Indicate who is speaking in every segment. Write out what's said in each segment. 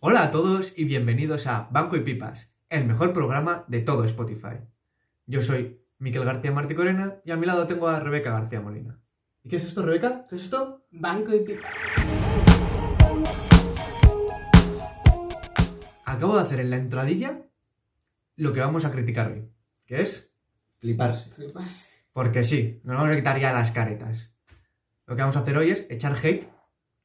Speaker 1: Hola a todos y bienvenidos a Banco y Pipas, el mejor programa de todo Spotify. Yo soy Miquel García Martí Corena y a mi lado tengo a Rebeca García Molina. ¿Y qué es esto, Rebeca? ¿Qué es esto?
Speaker 2: Banco y pipa.
Speaker 1: Acabo de hacer en la entradilla lo que vamos a criticar hoy, que es fliparse.
Speaker 2: Flipas.
Speaker 1: Porque sí, nos vamos a quitar ya las caretas. Lo que vamos a hacer hoy es echar hate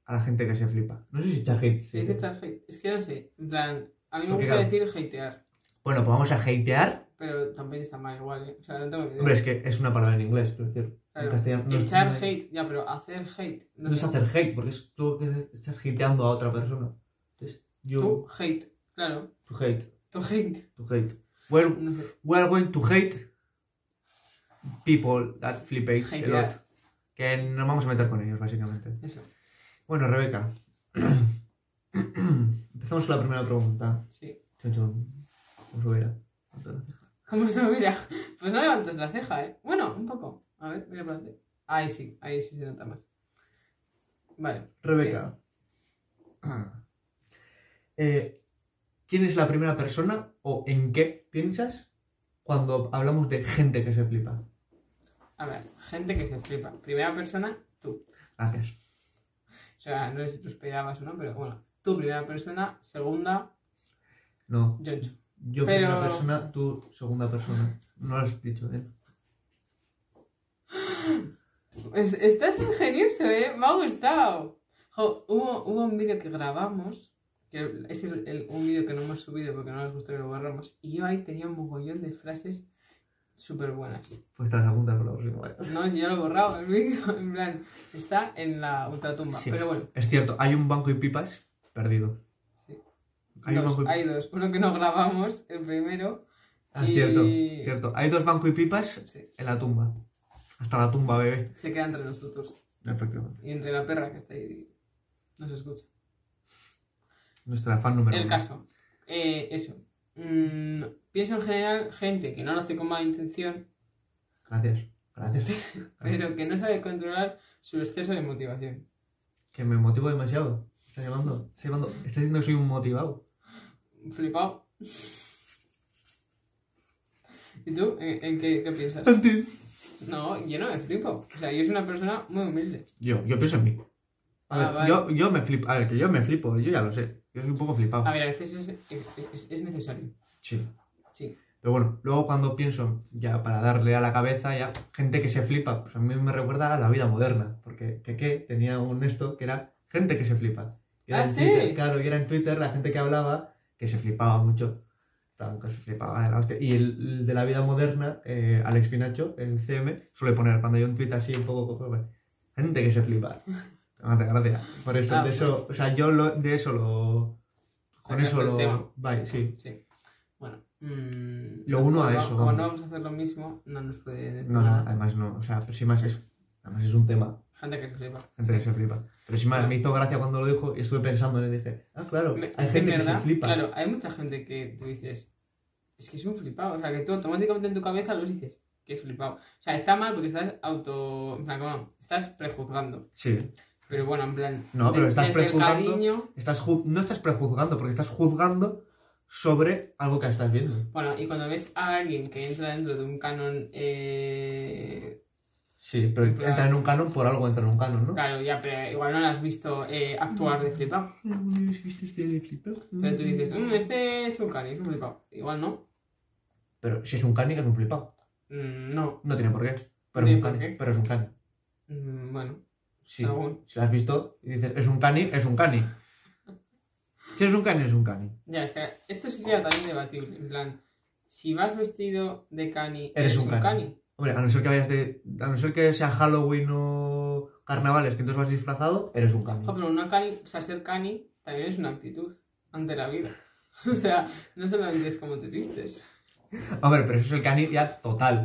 Speaker 1: a la gente que se flipa. No sé si echar hate.
Speaker 2: Sí, es que estás hate. Es que no sé. En plan, a mí me
Speaker 1: Porque
Speaker 2: gusta
Speaker 1: claro.
Speaker 2: decir hatear,
Speaker 1: Bueno, pues vamos a hatear.
Speaker 2: pero también está mal igual, ¿eh? O sea, no tengo ni idea.
Speaker 1: Hombre, es que es una palabra en inglés, quiero decir.
Speaker 2: Claro.
Speaker 1: En castellano. no es-
Speaker 2: Echar
Speaker 1: no es-
Speaker 2: hate, ya, pero hacer hate.
Speaker 1: No es
Speaker 2: sé.
Speaker 1: hacer hate, porque es tú que estás hateando a otra persona. Es you,
Speaker 2: Tú hate, claro.
Speaker 1: to hate,
Speaker 2: Tú hate.
Speaker 1: to hate. Well,
Speaker 2: No sé.
Speaker 1: we are going to hate people that flipate a
Speaker 2: Hatear.
Speaker 1: lot. Que nos vamos a meter con ellos, básicamente.
Speaker 2: Eso.
Speaker 1: Bueno, Rebeca. Empezamos con la primera pregunta.
Speaker 2: Sí.
Speaker 1: Chon, chon. Vamos a ver. Vamos a ver.
Speaker 2: ¿Cómo se me mira? Pues no levantas la ceja, ¿eh? Bueno, un poco. A ver, mira para adelante. Ahí sí, ahí sí se nota más. Vale.
Speaker 1: Rebeca. Eh, ¿Quién es la primera persona o en qué piensas cuando hablamos de gente que se flipa?
Speaker 2: A ver, gente que se flipa. Primera persona, tú.
Speaker 1: Gracias.
Speaker 2: O sea, no sé si tú esperabas o no, pero bueno. Tú, primera persona. Segunda,
Speaker 1: No,
Speaker 2: Joncho.
Speaker 1: yo
Speaker 2: Pero-
Speaker 1: primera persona, tú segunda persona. No lo has dicho ¿eh? bien.
Speaker 2: Es, estás ingenioso, ¿eh? Me ha gustado. Jo, hubo, hubo un vídeo que grabamos, que es el- el- un vídeo que no hemos subido porque no nos gustó que lo borramos, y yo ahí tenía un mogollón de frases súper buenas.
Speaker 1: Pues te las apuntas por la próxima. vez.
Speaker 2: No, si yo lo he borrado el vídeo, en plan, está en la ultratumba,
Speaker 1: Sí.
Speaker 2: pero bueno.
Speaker 1: Es cierto, hay un banco y pipas perdido.
Speaker 2: Sí.
Speaker 1: Hay un
Speaker 2: dos,
Speaker 1: banco y
Speaker 2: hay dos. Uno que no grabamos, el primero.
Speaker 1: Ah,
Speaker 2: y-
Speaker 1: cierto, cierto. Hay dos banco y pipas
Speaker 2: Sí,
Speaker 1: en la tumba. Hasta la tumba, bebé.
Speaker 2: se queda entre nosotros
Speaker 1: Efectivamente.
Speaker 2: y entre la perra que está ahí. No se escucha.
Speaker 1: Nuestra fan número
Speaker 2: El
Speaker 1: uno.
Speaker 2: caso. Eh, eso. Mm, pienso en general gente que no lo hace con mala intención,
Speaker 1: Gracias. Gracias.
Speaker 2: pero que no sabe controlar su exceso de motivación.
Speaker 1: Que me motivo demasiado. Está llamando. Está llamando. Está diciendo que soy un motivado.
Speaker 2: Flipado. ¿Y tú? ¿En, en qué, qué piensas? No, yo no me flipo. O sea, yo soy una persona muy humilde.
Speaker 1: Yo, yo pienso en mí. A
Speaker 2: Ah,
Speaker 1: ver,
Speaker 2: vale.
Speaker 1: yo, yo me flipo. A ver, que yo me flipo. Yo ya lo sé. Yo soy un poco flipado.
Speaker 2: A ver, a veces es, es- es necesario.
Speaker 1: Sí.
Speaker 2: Sí.
Speaker 1: Pero bueno, luego cuando pienso, ya para darle a la cabeza, ya gente que se flipa, pues a mí me recuerda a la vida moderna, porque Keke tenía un esto que era gente que se flipa. Y era
Speaker 2: Ah,
Speaker 1: en
Speaker 2: ¿sí?
Speaker 1: Twitter, claro, y era en Twitter la gente que hablaba que se flipaba mucho. Claro, que se flipaba de la hostia. Y el, el de la vida moderna, eh, Alex Pinacho, el CM, suele poner cuando hay un tweet así un poco, pues, gente que se flipa. Gracias, gracias. Por eso,
Speaker 2: Ah,
Speaker 1: de eso, o sea, yo lo- de eso lo. Con
Speaker 2: Sacaste
Speaker 1: eso
Speaker 2: el tema.
Speaker 1: lo. Vale, sí.
Speaker 2: Sí. Bueno. mm,
Speaker 1: Lo uno a
Speaker 2: como-
Speaker 1: eso,
Speaker 2: Como
Speaker 1: vamos.
Speaker 2: no vamos a hacer lo mismo, no nos puede decir
Speaker 1: No, no,
Speaker 2: nada.
Speaker 1: además no. O sea, pero sin más es, además es un tema,
Speaker 2: Gente que se flipa.
Speaker 1: gente que se flipa. Pero sin más, me hizo gracia cuando lo dijo y estuve pensando y dije, ah, claro,
Speaker 2: Me-
Speaker 1: hay
Speaker 2: es que en
Speaker 1: gente que se
Speaker 2: verdad,
Speaker 1: flipa.
Speaker 2: Claro, hay mucha gente que tú dices, es que es un flipado. O sea, que tú automáticamente en tu cabeza los dices, que flipado. O sea, está mal porque estás auto. En plan, como, estás prejuzgando.
Speaker 1: Sí,
Speaker 2: Pero bueno, en plan.
Speaker 1: No, pero
Speaker 2: de-
Speaker 1: estás
Speaker 2: desde el
Speaker 1: prejuzgando.
Speaker 2: cariño.
Speaker 1: estás ju- no estás prejuzgando porque estás juzgando sobre algo que estás viendo.
Speaker 2: Bueno, y cuando ves a alguien que entra dentro de un canon. eh,
Speaker 1: Sí, pero
Speaker 2: Claro.
Speaker 1: entra en un canon por algo, entra en un canon, ¿no?
Speaker 2: Claro, ya, pero igual no lo has visto eh, actuar de flipado.
Speaker 1: este
Speaker 2: Pero tú dices, "Mm, este es un cani, es un flipado. Igual no.
Speaker 1: Pero si es un cani, es un flipado.
Speaker 2: Mm, no.
Speaker 1: No tiene por qué. Pero,
Speaker 2: tiene
Speaker 1: es un cani,
Speaker 2: por qué.
Speaker 1: pero es un cani.
Speaker 2: Mm, bueno,
Speaker 1: Sí.
Speaker 2: según.
Speaker 1: Si lo has visto y dices, es un cani, es un cani. Si es un cani, es un cani.
Speaker 2: Ya, es que esto sería también debatible. En plan, si vas vestido de cani,
Speaker 1: Eres un cani. Hombre, a no ser que vayas de. A no ser que sea Halloween o carnavales, que entonces vas disfrazado, eres un
Speaker 2: Jo,
Speaker 1: cani.
Speaker 2: pero una cani, o sea, ser cani también es una actitud ante la vida. O sea, no solamente es como te vistes.
Speaker 1: Hombre, pero eso es el cani ya total.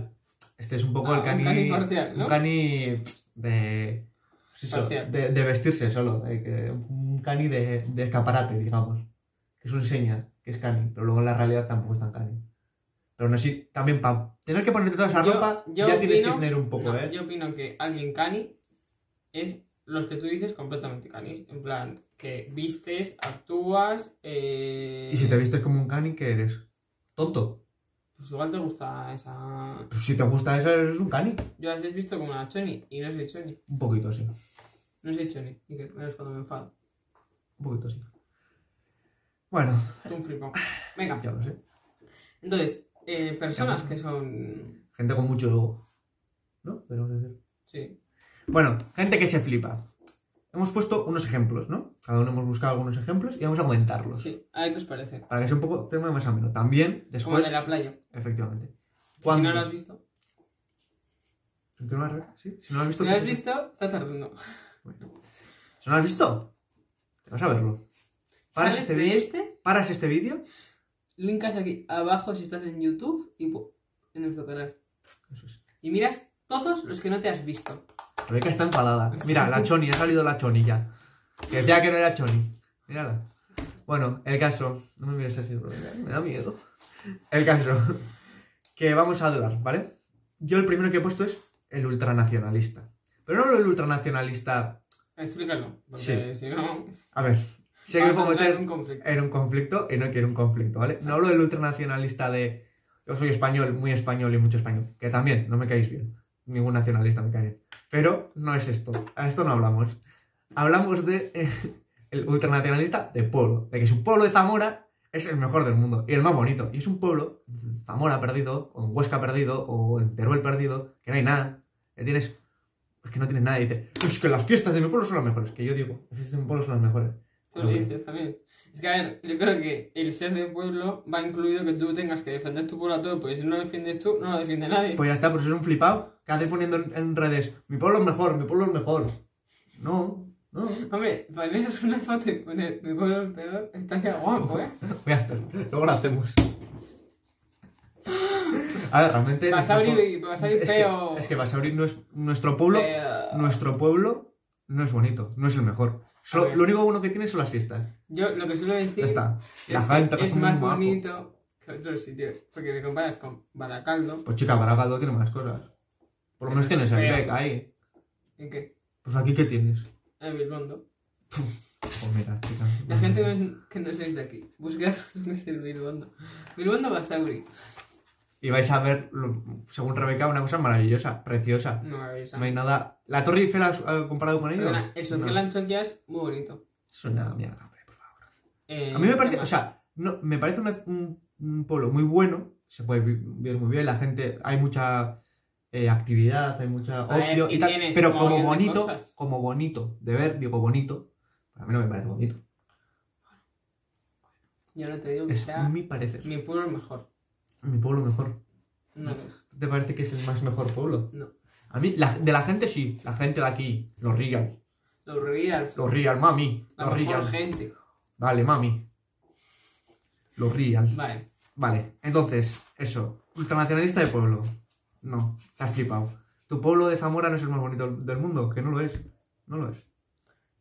Speaker 1: Este es un poco
Speaker 2: Ah,
Speaker 1: el
Speaker 2: un
Speaker 1: cani.
Speaker 2: cani parcial, ¿no?
Speaker 1: Un cani pff, de. pues eso,
Speaker 2: Parcial.
Speaker 1: de, de vestirse solo. de que- un cani de, de escaparate, digamos. Que eso enseña que es cani, pero luego en la realidad tampoco es tan cani. Pero aún así, también para tener que ponerte toda esa
Speaker 2: Yo-
Speaker 1: ropa,
Speaker 2: yo
Speaker 1: ya tienes que
Speaker 2: opino-
Speaker 1: tener un poco,
Speaker 2: No,
Speaker 1: ¿eh?
Speaker 2: Yo opino que alguien cani es los que tú dices completamente canis. En plan, que vistes, actúas. eh,
Speaker 1: Y si te vistes como un cani, ¿qué eres? Tonto.
Speaker 2: Pues igual te gusta esa.
Speaker 1: Pues si te gusta eso, eres un cani.
Speaker 2: Yo a veces visto como una choni y no soy choni.
Speaker 1: Un poquito así.
Speaker 2: No soy choni, Miguel, menos cuando me enfado.
Speaker 1: Un poquito así. Bueno,
Speaker 2: Tú un flipón. Venga,
Speaker 1: ya lo sé.
Speaker 2: entonces, eh, personas que son.
Speaker 1: Gente con mucho ego. ¿No? Podríamos decir.
Speaker 2: Sí.
Speaker 1: Bueno, gente que se flipa. Hemos puesto unos ejemplos, ¿no? Cada uno hemos buscado algunos ejemplos y vamos a comentarlos.
Speaker 2: Sí, a ver qué os parece.
Speaker 1: Para que sea un poco tema más ameno. También,
Speaker 2: Como
Speaker 1: después,
Speaker 2: de la playa.
Speaker 1: efectivamente.
Speaker 2: Si
Speaker 1: ¿Cuándo?
Speaker 2: no lo has visto,
Speaker 1: ¿Tú no has- sí? Si no lo has visto,
Speaker 2: si no lo has
Speaker 1: ¿qué-
Speaker 2: visto, está tardando.
Speaker 1: Bueno. Si no lo has visto, te vas a verlo. Paras
Speaker 2: ¿Sales
Speaker 1: este,
Speaker 2: de
Speaker 1: vídeo-
Speaker 2: este?
Speaker 1: paras este vídeo.
Speaker 2: Linkas aquí abajo si estás en YouTube y pu- en nuestro canal.
Speaker 1: Eso es.
Speaker 2: Y miras todos los que no te has visto.
Speaker 1: Rebeca está enfadada. Mira, la Choni, ha salido la Choni ya. Que decía que no era Choni. Mírala. Bueno, el caso. No me mires así, Rebeca, me da miedo. El caso. Que vamos a hablar, ¿vale? Yo el primero que he puesto es el ultranacionalista. Pero no el ultranacionalista.
Speaker 2: Explícalo.
Speaker 1: Sí.
Speaker 2: Porque si no.
Speaker 1: A ver, si hay
Speaker 2: vas
Speaker 1: que
Speaker 2: a
Speaker 1: puedo
Speaker 2: entrar en
Speaker 1: meter
Speaker 2: un conflicto.
Speaker 1: en un conflicto y no quiero un conflicto, ¿vale? No hablo del ultranacionalista de yo soy español, muy español y mucho español, que también no me caéis bien, ningún nacionalista me cae bien. Pero no es esto, a esto no hablamos. Hablamos de eh, el ultranacionalista de pueblo, de que su pueblo de Zamora es el mejor del mundo y el más bonito. Y es un pueblo, Zamora perdido, o en Huesca perdido, o en Teruel perdido, que no hay nada, que tienes... Es que no tienes nada y dices, es que las fiestas de mi pueblo son las mejores. Que yo digo, las fiestas de mi pueblo son las mejores.
Speaker 2: Tú lo dices también. Es que, a ver, yo creo que el ser de pueblo va incluido que tú tengas que defender tu pueblo a todo, porque si no lo defiendes tú, no lo defiende nadie.
Speaker 1: Pues ya está, pues es un flipado. ¿Qué haces poniendo en, en redes? Mi pueblo es mejor, mi pueblo es mejor. No, no.
Speaker 2: Hombre, poner una foto y poner mi pueblo es peor, está ya guapo, ¿eh?
Speaker 1: Voy a hacer, luego lo hacemos. A ver, realmente.
Speaker 2: Vas a
Speaker 1: nuestro
Speaker 2: abrir-
Speaker 1: pueblo-
Speaker 2: vas a abrir
Speaker 1: es que-
Speaker 2: feo.
Speaker 1: es que vas a abrir nues- nuestro pueblo.
Speaker 2: Pero
Speaker 1: Nuestro pueblo no es bonito, no es el mejor. Solo-
Speaker 2: A ver.
Speaker 1: lo único bueno que tiene son las fiestas.
Speaker 2: Yo lo que suelo decir
Speaker 1: Ya está.
Speaker 2: es,
Speaker 1: La
Speaker 2: que
Speaker 1: gente
Speaker 2: es
Speaker 1: come
Speaker 2: más
Speaker 1: un majo.
Speaker 2: bonito que otros sitios, porque me comparas con Baracaldo,
Speaker 1: Pues chica, Baragaldo tiene más cosas. Por lo menos tienes el
Speaker 2: Feo.
Speaker 1: Beck ahí.
Speaker 2: ¿en qué?
Speaker 1: Pues aquí, ¿qué tienes?
Speaker 2: En Bilbondo.
Speaker 1: Pues mira, chica.
Speaker 2: La gente
Speaker 1: Mm.
Speaker 2: que no- que no sois de aquí, buscar lo que es el Bilbondo. Bilbondo Basauri,
Speaker 1: Y vais a ver, lo- según Rebeca, una cosa maravillosa, preciosa.
Speaker 2: no maravillosa.
Speaker 1: No hay nada. ¿La Torre Eiffel has, eh, comparado con ello?
Speaker 2: Perdona, el social
Speaker 1: No.
Speaker 2: Anchoquia es muy bonito.
Speaker 1: Es una mierda, hombre, por favor.
Speaker 2: Eh,
Speaker 1: A mí me parece, o
Speaker 2: además,
Speaker 1: sea, no, me parece una- un, un pueblo muy bueno. Se puede vi- vivir muy bien, la gente, hay mucha eh, actividad, hay mucha
Speaker 2: A ver,
Speaker 1: ocio
Speaker 2: y
Speaker 1: y tal.
Speaker 2: tienes
Speaker 1: Pero
Speaker 2: un
Speaker 1: como
Speaker 2: mogollón de
Speaker 1: bonito,
Speaker 2: cosas.
Speaker 1: como bonito de ver, digo bonito, a mí no me parece bonito.
Speaker 2: Yo no te digo que
Speaker 1: Es
Speaker 2: sea
Speaker 1: mi parecer.
Speaker 2: mi pueblo el mejor.
Speaker 1: Mi pueblo mejor.
Speaker 2: No
Speaker 1: Mm.
Speaker 2: lo es.
Speaker 1: ¿Te parece que es el más mejor pueblo?
Speaker 2: No.
Speaker 1: A mí, la- de la gente sí, la gente de aquí, los Real,
Speaker 2: Los Reals.
Speaker 1: los Real, mami,
Speaker 2: la
Speaker 1: los
Speaker 2: mejor
Speaker 1: Real.
Speaker 2: gente.
Speaker 1: Vale, mami. Los Real.
Speaker 2: Vale.
Speaker 1: Vale, entonces, eso. Ultranacionalista de pueblo. No, te has flipado. Tu pueblo de Zamora no es el más bonito del mundo, que no lo es. No lo es.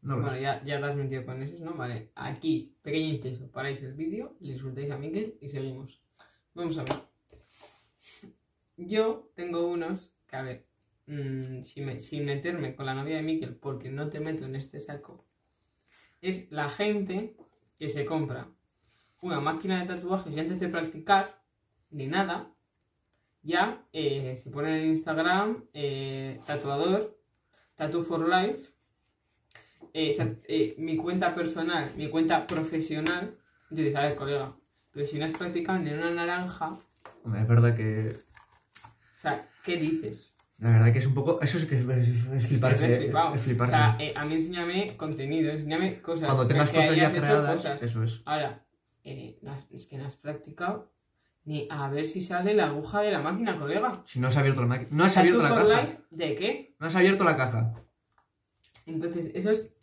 Speaker 1: No lo
Speaker 2: Bueno,
Speaker 1: es.
Speaker 2: ya, ya te has mentido con esos, ¿no? Vale. Aquí, pequeño inciso. Paráis el vídeo, le insultáis a Miguel y seguimos. Vamos a ver. Yo tengo unos que, a ver, mm, sin, me- sin meterme con la novia de Miguel, porque no te meto en este saco, es la gente que se compra una máquina de tatuajes y antes de practicar ni nada, ya eh, se pone en Instagram eh, tatuador, tattoo for life, eh, sa- eh, mi cuenta personal, mi cuenta profesional. Y tú dices, a ver, colega, pero si no has practicado ni una naranja, o
Speaker 1: Hombre, Es verdad que.
Speaker 2: sea, ¿qué dices?
Speaker 1: La verdad que es un poco. Eso es que es, es- es fliparse.
Speaker 2: Es
Speaker 1: Es,
Speaker 2: flipado.
Speaker 1: es fliparse.
Speaker 2: O sea, eh, a mí enséñame contenido, enséñame cosas.
Speaker 1: Cuando tengas
Speaker 2: que
Speaker 1: cosas
Speaker 2: hayas
Speaker 1: ya
Speaker 2: hecho
Speaker 1: creadas,
Speaker 2: cosas.
Speaker 1: eso es.
Speaker 2: Ahora, eh, no has- es que no has practicado ni a ver si sale la aguja de la máquina, colega.
Speaker 1: Si no has abierto la máquina. No has
Speaker 2: ¿Tattoo
Speaker 1: abierto la
Speaker 2: for
Speaker 1: caja.
Speaker 2: life de qué?
Speaker 1: No has abierto la caja.
Speaker 2: Entonces, eso es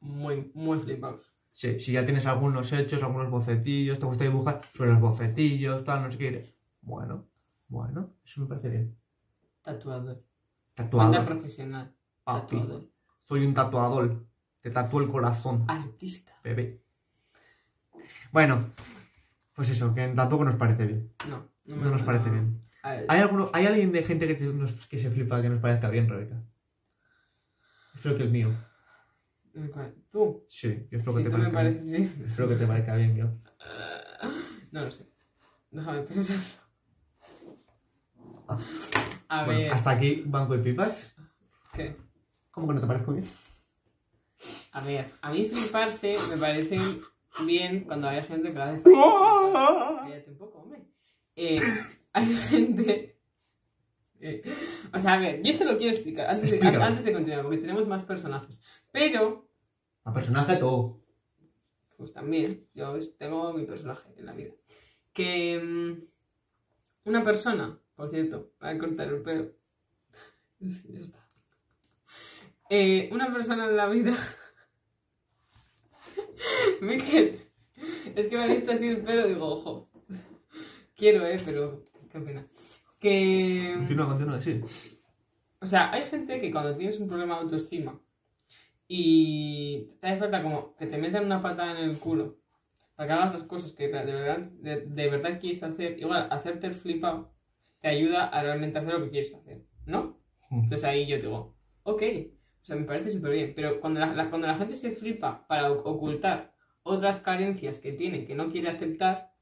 Speaker 2: muy, muy flipado.
Speaker 1: Sí, si ya tienes algunos hechos, algunos bocetillos, te gusta dibujar sobre los bocetillos, tal, no sé qué. dices, Bueno, bueno, eso me parece bien.
Speaker 2: Tatuador. Cuenta
Speaker 1: Tatuador,
Speaker 2: profesional.
Speaker 1: papi.
Speaker 2: Tatuador.
Speaker 1: Soy un tatuador. Te tatúo el corazón,
Speaker 2: Artista.
Speaker 1: bebé. Bueno, pues eso, que tampoco nos parece bien.
Speaker 2: No, no, me-
Speaker 1: No nos parece bien.
Speaker 2: A ver,
Speaker 1: ¿Hay, alguno, ¿hay alguien de gente que, te- nos- que se flipa que nos parezca bien, Rebeca? Espero que el mío.
Speaker 2: Me pare- Tú,
Speaker 1: Sí, yo espero
Speaker 2: si
Speaker 1: que te
Speaker 2: tú me
Speaker 1: parezca bien.
Speaker 2: pareces bien.
Speaker 1: Espero que te parezca bien, yo.
Speaker 2: No lo sé. Déjame pensarlo. A
Speaker 1: Bueno,
Speaker 2: ver,
Speaker 1: hasta aquí, Banco y Pipas.
Speaker 2: ¿qué?
Speaker 1: ¿Cómo que no te parezco bien?
Speaker 2: A ver, a mí fliparse me parece bien cuando hay gente que lo hace.
Speaker 1: ¡Oh!
Speaker 2: Cállate un poco, hombre. Eh, hay gente. eh, o sea, a ver, yo esto lo quiero explicar antes de,
Speaker 1: Explícalo.
Speaker 2: antes de continuar, porque tenemos más personajes. Pero,
Speaker 1: A personaje todo.
Speaker 2: pues también, yo es- tengo mi personaje en la vida. Que mm, una persona, por cierto, va a cortar el pelo. Ya está. Eh, una persona en la vida. Miquel, es que me ha visto así el pelo, digo, ojo. Quiero, eh, pero qué pena. Que.
Speaker 1: Continúa, continúa, sí.
Speaker 2: O sea, hay gente que cuando tienes un problema de autoestima y te das cuenta como que te metan una patada en el culo para que hagas las cosas que de verdad, de, de verdad quieres hacer, igual hacerte el flipado te ayuda a realmente hacer lo que quieres hacer, ¿no?
Speaker 1: Mm.
Speaker 2: Entonces ahí yo digo, ok, o sea, me parece súper bien, pero cuando la, la- cuando la gente se flipa para o- ocultar otras carencias que tiene que no quiere aceptar,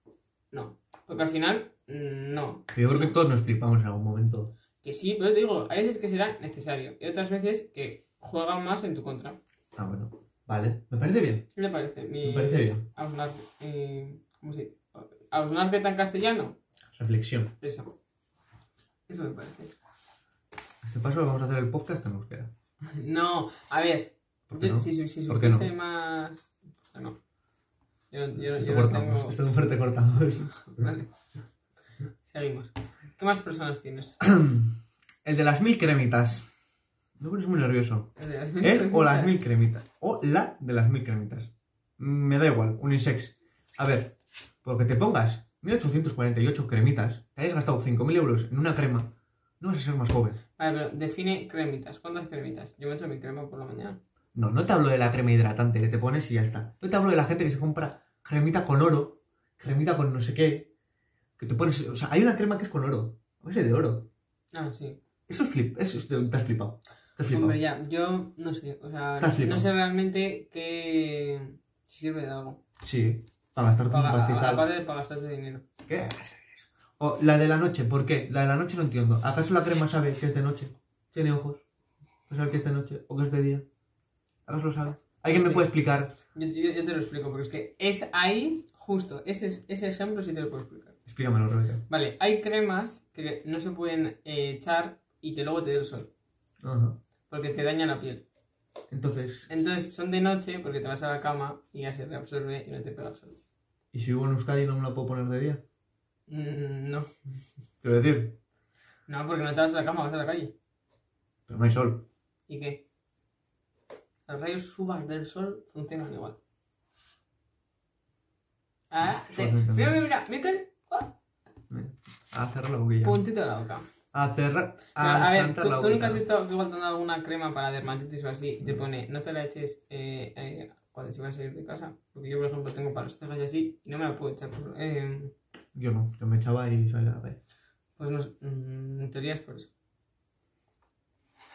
Speaker 2: no, porque al final, mm, no,
Speaker 1: Yo creo que todos nos flipamos en algún momento.
Speaker 2: que sí, pero te digo, hay veces que será necesario y otras veces que juegan más en tu contra.
Speaker 1: Ah, bueno. Vale, me parece bien.
Speaker 2: ¿Qué le parece? Mi
Speaker 1: Me parece bien.
Speaker 2: Ausnar- eh, ¿Cómo se dice? ¿Ausnarqueta en castellano?
Speaker 1: Reflexión.
Speaker 2: Eso. Eso me parece.
Speaker 1: A este paso vamos a hacer el podcast en euskera.
Speaker 2: No, a ver,
Speaker 1: ¿Por qué
Speaker 2: yo-
Speaker 1: no?
Speaker 2: si, su- si
Speaker 1: ¿Por qué no?
Speaker 2: supiese más... Ah, No. Yo, no- yo, no-
Speaker 1: Esto
Speaker 2: yo no
Speaker 1: cortamos.
Speaker 2: tengo...
Speaker 1: Esto es un fuerte cortamos.
Speaker 2: Vale. Seguimos. ¿Qué más personas tienes?
Speaker 1: El de las mil cremitas. Me pones muy nervioso.
Speaker 2: ¿Él
Speaker 1: Él o las mil cremitas. O la de las mil cremitas. Mm, Me da igual, unisex. A ver, porque te pongas 1848 cremitas, te hayas gastado 5.000 euros en una crema, no vas a ser más joven.
Speaker 2: Vale, pero define cremitas. ¿Cuántas cremitas? Yo me echo mi crema por la mañana.
Speaker 1: No, no te hablo de la crema hidratante que te pones y ya está. Yo te hablo de la gente que se compra cremita con oro, cremita con no sé qué, que te pones... O sea, hay una crema que es con oro, a base de oro.
Speaker 2: Ah, sí.
Speaker 1: Eso es flip, eso es- te, te has flipado. Te has flipado.
Speaker 2: Hombre, ya, yo no sé, o sea,
Speaker 1: Te has flipado.
Speaker 2: no sé realmente qué si sirve de algo.
Speaker 1: Sí, para gastarte
Speaker 2: Para,
Speaker 1: un pastizal.
Speaker 2: aparte de para gastarte dinero.
Speaker 1: ¿Qué vas a hacer eso? O la de la noche, ¿por qué? La de la noche no entiendo. ¿Acaso la crema sabe que es de noche? ¿Tiene ojos? ¿No sabe que es de noche o que es de día? ¿Acaso lo sabe? ¿Alguien
Speaker 2: Sí.
Speaker 1: me puede explicar?
Speaker 2: Yo, yo- yo te lo explico, porque es que es ahí, justo, ese, ese ejemplo sí te lo puedo explicar.
Speaker 1: Explícamelo, Rebeca.
Speaker 2: Vale, hay cremas que no se pueden eh, echar y que luego te dé el sol,
Speaker 1: Ajá.
Speaker 2: porque te daña la piel.
Speaker 1: Entonces,
Speaker 2: Entonces son de noche porque te vas a la cama y ya se reabsorbe y no te pega el sol.
Speaker 1: ¿y si vivo en Euskadi no me la puedo poner de día?
Speaker 2: Mm, no,
Speaker 1: Quiero decir,
Speaker 2: no, porque no te vas a la cama, vas a la calle.
Speaker 1: pero no hay sol.
Speaker 2: ¿Y qué? Los rayos subas del sol funcionan igual. Ah, sí.
Speaker 1: Suavemente.
Speaker 2: Mira, mira, mira, Miquel, ah,
Speaker 1: A cerrar Ah, la boquilla. Ah,
Speaker 2: puntito de la boca.
Speaker 1: A cerrar.
Speaker 2: Pero,
Speaker 1: A,
Speaker 2: a ver,
Speaker 1: chantar
Speaker 2: ¿tú,
Speaker 1: la
Speaker 2: tú
Speaker 1: boquilla.
Speaker 2: nunca has visto que faltan alguna crema para dermatitis o así y te
Speaker 1: No.
Speaker 2: pone, no te la eches eh, eh, cuando se va a salir de casa? Porque yo, por ejemplo, tengo para las cejas y así y no me la puedo echar. por- eh,
Speaker 1: Yo no, yo me echaba y salía a la calle.
Speaker 2: pues no sé, mm, en teoría es por eso.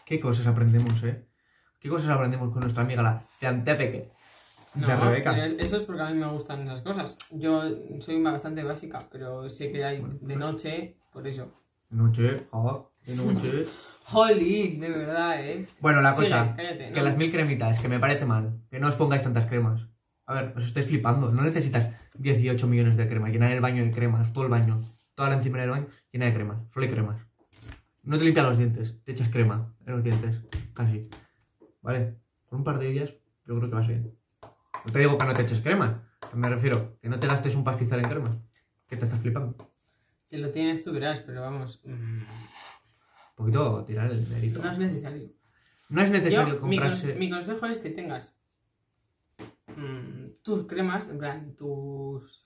Speaker 1: Qué cosas aprendemos, ¿eh? Qué cosas aprendemos con nuestra amiga, la de Antepeque.
Speaker 2: No,
Speaker 1: de Rebeca.
Speaker 2: pero es- eso es porque a mí me gustan esas cosas. Yo soy bastante básica, pero sé que hay
Speaker 1: Bueno,
Speaker 2: de
Speaker 1: pues-
Speaker 2: noche, por eso.
Speaker 1: Noche, ah, de noche.
Speaker 2: Jolín, de verdad, ¿eh?
Speaker 1: Bueno, la
Speaker 2: Sigue,
Speaker 1: cosa,
Speaker 2: cállate,
Speaker 1: que
Speaker 2: no.
Speaker 1: las mil cremitas, que me parece mal, que no os pongáis tantas cremas. A ver, os estáis flipando, no necesitas 18 millones de cremas, llenar el baño de cremas, todo el baño, toda la encimera del baño llena de cremas, solo hay cremas. No te limpias los dientes, te echas crema en los dientes, casi. Vale, con un par de días yo creo que vas bien. No te digo que no te eches crema, me refiero que no te gastes un pastizal en cremas, que te estás flipando.
Speaker 2: Si lo tienes tú verás, pero vamos, mm,
Speaker 1: Un poquito tirar el mérito.
Speaker 2: no es necesario.
Speaker 1: No es necesario
Speaker 2: Yo, mi, con-
Speaker 1: comprarse...
Speaker 2: mi consejo es que tengas mm, tus cremas, en plan, tus.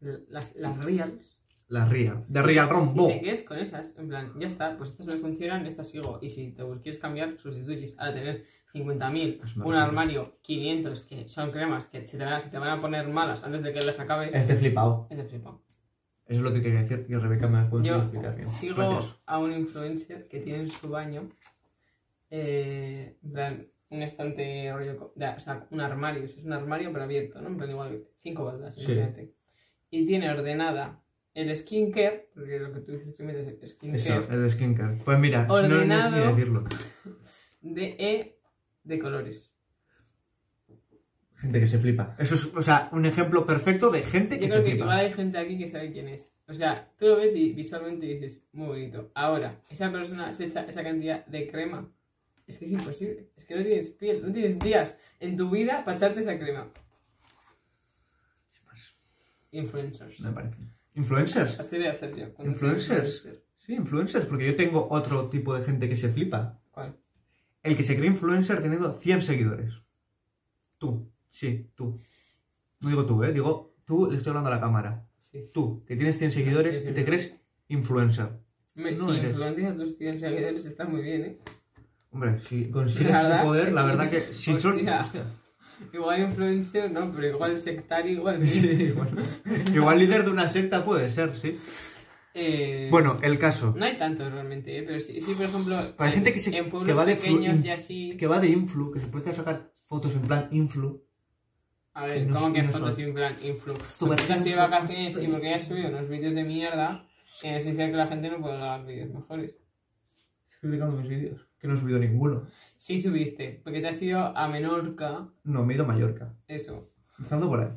Speaker 2: Las, las reals.
Speaker 1: La ría, de ría rombo.
Speaker 2: Y te quedes con esas. En plan, ya está, pues estas me funcionan, estas sigo. Y si te quieres cambiar, sustituyes. A tener 50.000,
Speaker 1: Es
Speaker 2: un
Speaker 1: maravilla.
Speaker 2: armario, 500, que son cremas que se te, van a, se te van a poner malas antes de que las acabes. Es
Speaker 1: Este flipado.
Speaker 2: de flipado.
Speaker 1: Eso es lo que quería decir y Rebeca me puede
Speaker 2: Yo
Speaker 1: explicar bien.
Speaker 2: sigo
Speaker 1: Gracias.
Speaker 2: a un influencer que tiene en su baño. eh, en plan, un estante rollo, co- de- o sea, un armario, o sea, es un armario pero abierto, ¿no? En plan igual, cinco baldas,
Speaker 1: Sí.
Speaker 2: imagínate. Y tiene ordenada el skincare, porque lo que tú dices que es
Speaker 1: Eso,
Speaker 2: skincare,
Speaker 1: el skincare. Pues mira, no- no, no sé ni
Speaker 2: Ordenado.
Speaker 1: decirlo.
Speaker 2: de E de colores.
Speaker 1: Gente que se flipa. Eso es, o sea, un ejemplo perfecto de gente que se
Speaker 2: Yo creo que
Speaker 1: flipa.
Speaker 2: igual hay gente aquí que sabe quién es. O sea, tú lo ves y visualmente dices, muy bonito. Ahora, esa persona se echa esa cantidad de crema. Es que es imposible. Es que no tienes piel, no tienes días en tu vida para echarte esa crema. Influencers.
Speaker 1: pues, Me parece. Influencers.
Speaker 2: Así voy a hacer yo. cuando soy
Speaker 1: Influencers.
Speaker 2: influencer.
Speaker 1: Sí, influencers, porque yo tengo otro tipo de gente que se flipa.
Speaker 2: ¿Cuál?
Speaker 1: El que se cree influencer teniendo 100 seguidores. Tú, sí, tú. No digo tú, ¿eh? Digo, tú le estoy hablando a la cámara.
Speaker 2: Sí.
Speaker 1: Tú, que tienes 100 seguidores y te crees influencer.
Speaker 2: Me,
Speaker 1: No
Speaker 2: si
Speaker 1: eres.
Speaker 2: influencias a tus 100 seguidores está muy bien, ¿eh?
Speaker 1: Hombre, si consigues
Speaker 2: La
Speaker 1: ese
Speaker 2: verdad
Speaker 1: poder, la
Speaker 2: que sí.
Speaker 1: verdad que... Si son-
Speaker 2: Hostia.
Speaker 1: hostia.
Speaker 2: Igual influencer, no, pero igual sectario, igual.
Speaker 1: Sí, bueno. Igual líder de una secta puede ser, sí.
Speaker 2: Eh,
Speaker 1: Bueno, el caso.
Speaker 2: No hay tantos realmente, ¿eh? pero sí, sí, por ejemplo,
Speaker 1: Para
Speaker 2: en,
Speaker 1: gente que se-
Speaker 2: en pueblos
Speaker 1: que va de flu-
Speaker 2: pequeños y así...
Speaker 1: Que va de influ, que se puede sacar fotos en plan influ.
Speaker 2: A ver,
Speaker 1: no-
Speaker 2: como que
Speaker 1: no
Speaker 2: fotos
Speaker 1: son.
Speaker 2: en plan influx.
Speaker 1: Súper
Speaker 2: Porque te has ido de
Speaker 1: influx,
Speaker 2: vacaciones
Speaker 1: sí.
Speaker 2: y porque has subido unos vídeos de mierda que les decía que la gente no puede grabar vídeos mejores.
Speaker 1: Estoy publicando mis vídeos, que no he subido ninguno.
Speaker 2: Sí subiste, porque te has ido a Menorca,
Speaker 1: No, me he ido a Mallorca.
Speaker 2: eso.
Speaker 1: Empezando por ahí.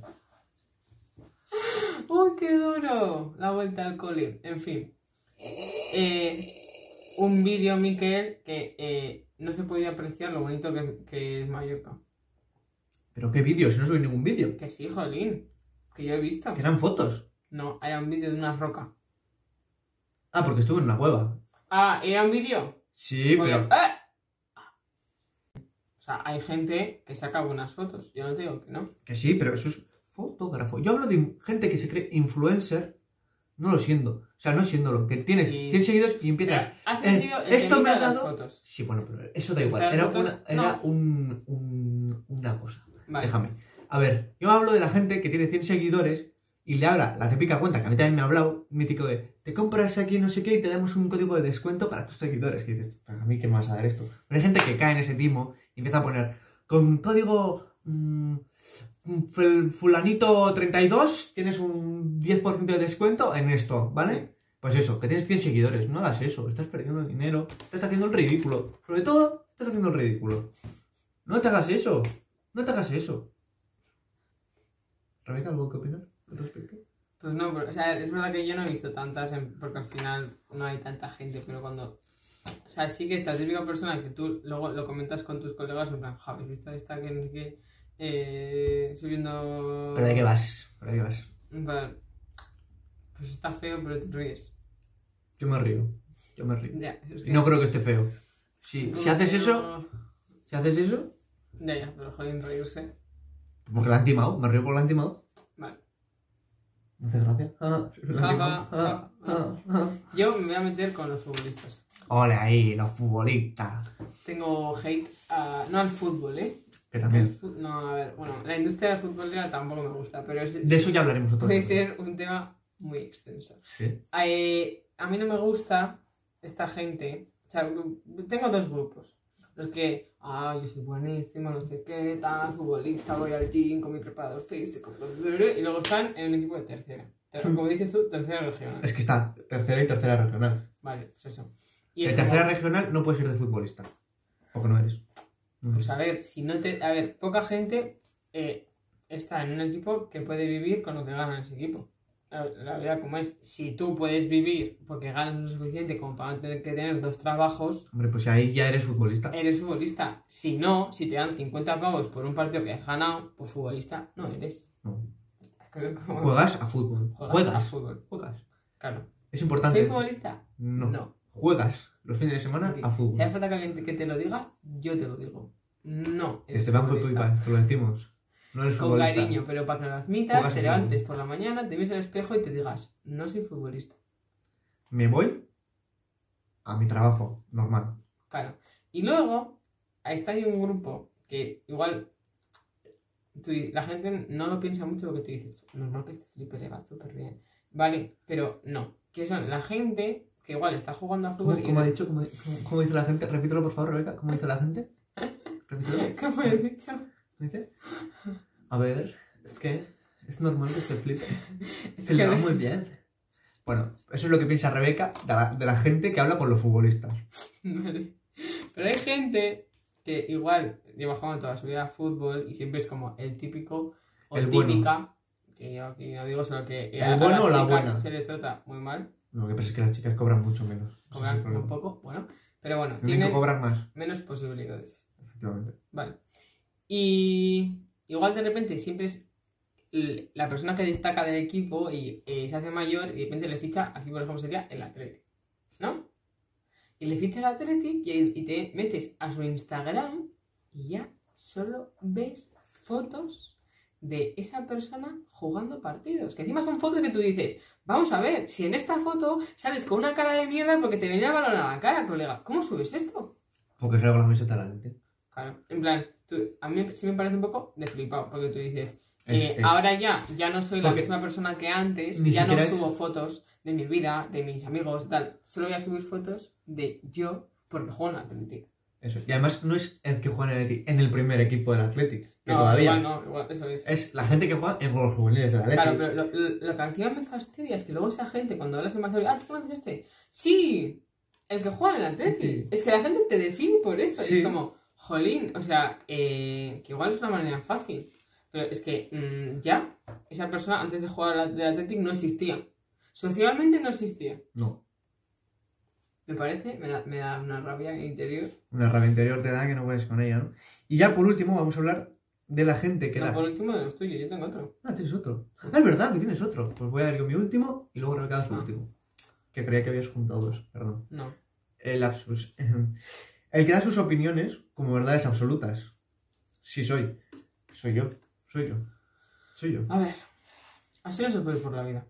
Speaker 2: ¡Uy, qué duro! La vuelta al cole. En fin. Eh, un vídeo, Miquel, que eh, no se podía apreciar lo bonito que, que es Mallorca.
Speaker 1: ¿Pero qué vídeo? Si no subí ningún vídeo.
Speaker 2: Que sí, jolín. Que yo he visto.
Speaker 1: Que eran fotos.
Speaker 2: No, era un vídeo de una roca.
Speaker 1: Ah, porque estuve en una cueva.
Speaker 2: Ah, era un vídeo.
Speaker 1: Sí,
Speaker 2: Porque-
Speaker 1: pero...
Speaker 2: ¡Ah! "Eh". O sea, hay gente que saca buenas fotos. Yo no te digo que no.
Speaker 1: Que sí, pero eso es fotógrafo. Yo hablo de gente que se cree influencer, no lo siendo. O sea, no siéndolo. Que tiene
Speaker 2: Sí.
Speaker 1: 100 seguidores y empieza...
Speaker 2: Mira, has
Speaker 1: eh,
Speaker 2: metido el
Speaker 1: esto me
Speaker 2: delito
Speaker 1: ha
Speaker 2: de las
Speaker 1: dado-
Speaker 2: fotos.
Speaker 1: Sí, bueno, pero eso da igual.
Speaker 2: Las
Speaker 1: Era,
Speaker 2: fotos,
Speaker 1: una, era un- un- una cosa.
Speaker 2: Vale.
Speaker 1: Déjame. A ver, yo hablo de la gente que tiene 100 seguidores y le habla la típica cuenta, que a mí también me ha hablado, mítico de, te compras aquí no sé qué y te damos un código de descuento para tus seguidores. Que dices, "Pero a mí qué me vas a dar esto. Pero hay gente que cae en ese timo y empieza a poner, con código mm, ful- fulanito32 tienes un 10% de descuento en esto, ¿vale?
Speaker 2: Sí.
Speaker 1: Pues eso, que tienes 100 seguidores, no hagas eso, estás perdiendo dinero, estás haciendo el ridículo. Sobre todo, estás haciendo el ridículo. No te hagas eso, no te hagas eso. Rebeca, ¿algo que opinar al respecto?
Speaker 2: Pues no, pero, o sea, es verdad que yo no he visto tantas, en- porque al final no hay tanta gente, pero cuando... O sea, sí que esta típica persona que tú luego lo comentas con tus colegas, en plan, "Ja, ¿habéis visto esta que no sé qué? Eh, subiendo...
Speaker 1: ¿Pero de qué vas? ¿Pero de qué vas?
Speaker 2: En plan, Pues está feo, pero te ríes.
Speaker 1: Yo me río. Yo me río.
Speaker 2: Ya, es
Speaker 1: Y no creo que esté feo. Sí, si
Speaker 2: Como
Speaker 1: haces
Speaker 2: que
Speaker 1: eso,
Speaker 2: no-
Speaker 1: si haces eso,
Speaker 2: Ya, ya, pero jolín, reírse.
Speaker 1: porque la han timado, me río porque la han timado.
Speaker 2: Vale.
Speaker 1: No haces gracia. Ah, la han timado.
Speaker 2: Ja,
Speaker 1: Ah,
Speaker 2: ja,
Speaker 1: ah, ah.
Speaker 2: Yo me voy a meter con los futbolistas.
Speaker 1: Ole ahí, los futbolistas.
Speaker 2: Tengo hate a... No al fútbol, ¿eh?
Speaker 1: Que
Speaker 2: El
Speaker 1: también.
Speaker 2: fu- No, a ver, bueno, la industria del fútbol tampoco me gusta, pero es,
Speaker 1: De eso ya hablaremos otro
Speaker 2: puede
Speaker 1: día.
Speaker 2: ser un tema muy extenso.
Speaker 1: Sí.
Speaker 2: Eh, a mí no me gusta esta gente. O sea, gru- tengo dos grupos. Los que, ah, yo soy buenísimo, no sé qué, tal, futbolista, voy al gym con mi preparador físico, bla, bla, bla, y luego están en un equipo de tercera. Ter- Como dices tú, tercera regional.
Speaker 1: Es que está tercera y tercera regional.
Speaker 2: Vale, pues eso. Y
Speaker 1: De
Speaker 2: es como-
Speaker 1: tercera regional no puedes ir de futbolista. Porque no eres. No
Speaker 2: Pues
Speaker 1: eres.
Speaker 2: a ver, si no te. A ver, poca gente eh, está en un equipo que puede vivir con lo que gana ese equipo. La, la verdad, como es, si tú puedes vivir porque ganas lo suficiente como para no tener que tener dos trabajos,
Speaker 1: Hombre, pues ahí ya eres futbolista.
Speaker 2: eres futbolista. Si no, si te dan 50 pavos por un partido que has ganado, pues futbolista no eres.
Speaker 1: No.
Speaker 2: Las cosas como-
Speaker 1: Juegas a fútbol.
Speaker 2: Juegas a
Speaker 1: Juegas.
Speaker 2: fútbol,
Speaker 1: Juegas.
Speaker 2: claro.
Speaker 1: Es
Speaker 2: ¿Soy
Speaker 1: importante.
Speaker 2: futbolista?
Speaker 1: No. Juegas los fines de semana a
Speaker 2: Si hace
Speaker 1: fútbol.
Speaker 2: falta que alguien te- que te lo diga, yo te lo digo. No. eres
Speaker 1: Este banco de
Speaker 2: futbolista.
Speaker 1: pipa, te lo decimos. No eres
Speaker 2: Con
Speaker 1: futbolista.
Speaker 2: cariño, pero para que lo
Speaker 1: Juegas
Speaker 2: admitas, te
Speaker 1: al
Speaker 2: levantes
Speaker 1: fútbol.
Speaker 2: por la mañana, te ves al espejo y te digas, no soy futbolista.
Speaker 1: Me voy a mi trabajo normal.
Speaker 2: Claro. Y luego, ahí está hay un grupo que igual tú di- la gente no lo piensa mucho porque tú dices, normal que este flipe le va súper bien. Vale, pero no. Que son la gente que igual está jugando a fútbol
Speaker 1: ¿Cómo,
Speaker 2: y
Speaker 1: cómo ha dicho? ¿Cómo, cómo- cómo dice la gente? Repítelo, por favor, Rebeca. ¿Cómo dice la gente? Repítelo.
Speaker 2: ¿Qué fue dicho?
Speaker 3: Dice, A ver, es que es normal que se flipe.
Speaker 2: Es
Speaker 3: Se
Speaker 2: que
Speaker 3: le va
Speaker 2: no-
Speaker 3: muy bien.
Speaker 1: Bueno, eso es lo que piensa Rebeca de la, de la gente que habla por los futbolistas.
Speaker 2: Vale. Pero hay gente que igual lleva jugando toda su vida a fútbol y siempre es como el típico o
Speaker 1: El bueno.
Speaker 2: típica. Que yo aquí no digo solo que eh,
Speaker 1: El bueno o la
Speaker 2: chicas
Speaker 1: buena.
Speaker 2: se les trata muy mal,
Speaker 1: Lo que pasa es que las chicas cobran mucho menos. Ese es el
Speaker 2: cobran
Speaker 1: problema.
Speaker 2: un poco, bueno, pero bueno,
Speaker 1: Tienen que
Speaker 2: tienen
Speaker 1: cobrar más,
Speaker 2: menos posibilidades.
Speaker 1: efectivamente.
Speaker 2: Vale. Y igual de repente siempre es l- la persona que destaca del equipo y eh, se hace mayor y de repente le ficha, aquí por ejemplo sería el Atleti, ¿no? Y le ficha el Atleti y, y te metes a su Instagram y ya solo ves fotos de esa persona jugando partidos. Que encima son fotos que tú dices, vamos a ver, si en esta foto sales con una cara de mierda porque te venía el balón a la cara, colega, ¿cómo subes esto?
Speaker 1: Porque se le hago la camiseta a la gente.
Speaker 2: Claro, en plan, tú- a mí sí me parece un poco de flipado, porque tú dices,
Speaker 1: Es-
Speaker 2: eh,
Speaker 1: es-
Speaker 2: ahora ya, ya no soy la
Speaker 1: Porque
Speaker 2: misma persona que antes,
Speaker 1: ni
Speaker 2: ya no
Speaker 1: siquiera es-
Speaker 2: subo fotos de mi vida, de mis amigos, tal. Solo voy a subir fotos de yo, porque juego en Atlético.
Speaker 1: Eso. Y además no es el que juega en el, Atleti- en el primer equipo del Athletic, que
Speaker 2: No,
Speaker 1: todavía
Speaker 2: igual no, igual, eso es.
Speaker 1: es la gente que juega en los juveniles del Athletic.
Speaker 2: Claro, pero lo, lo- lo que encima me fastidia es que luego esa gente, cuando hablas en más ah, ¿tú conoces este? Sí, el que juega en el Atlético.
Speaker 1: Sí.
Speaker 2: Es que la gente te define por eso. y
Speaker 1: Sí.
Speaker 2: es como, jolín, o sea, eh, que igual es una manera fácil. Pero es que mm, ya, esa persona antes de jugar al del Atlético no existía. Socialmente no existía.
Speaker 1: No,
Speaker 2: Me parece, me da, me da una rabia interior.
Speaker 1: una rabia interior te da que no puedes con ella, ¿no? Y ya por último vamos a hablar de la gente que
Speaker 2: No,
Speaker 1: da...
Speaker 2: por último de los tuyos, yo tengo otro.
Speaker 1: Ah, tienes otro. Ah, es verdad que tienes otro. Pues voy a ver yo mi último y luego Rebeca da su
Speaker 2: Ah.
Speaker 1: último. Que creía que habías juntado dos, perdón.
Speaker 2: No.
Speaker 1: El lapsus. El que da sus opiniones como verdades absolutas. Sí, soy. Soy yo. Soy yo. Soy yo.
Speaker 2: A ver, así no se puede ir por la vida.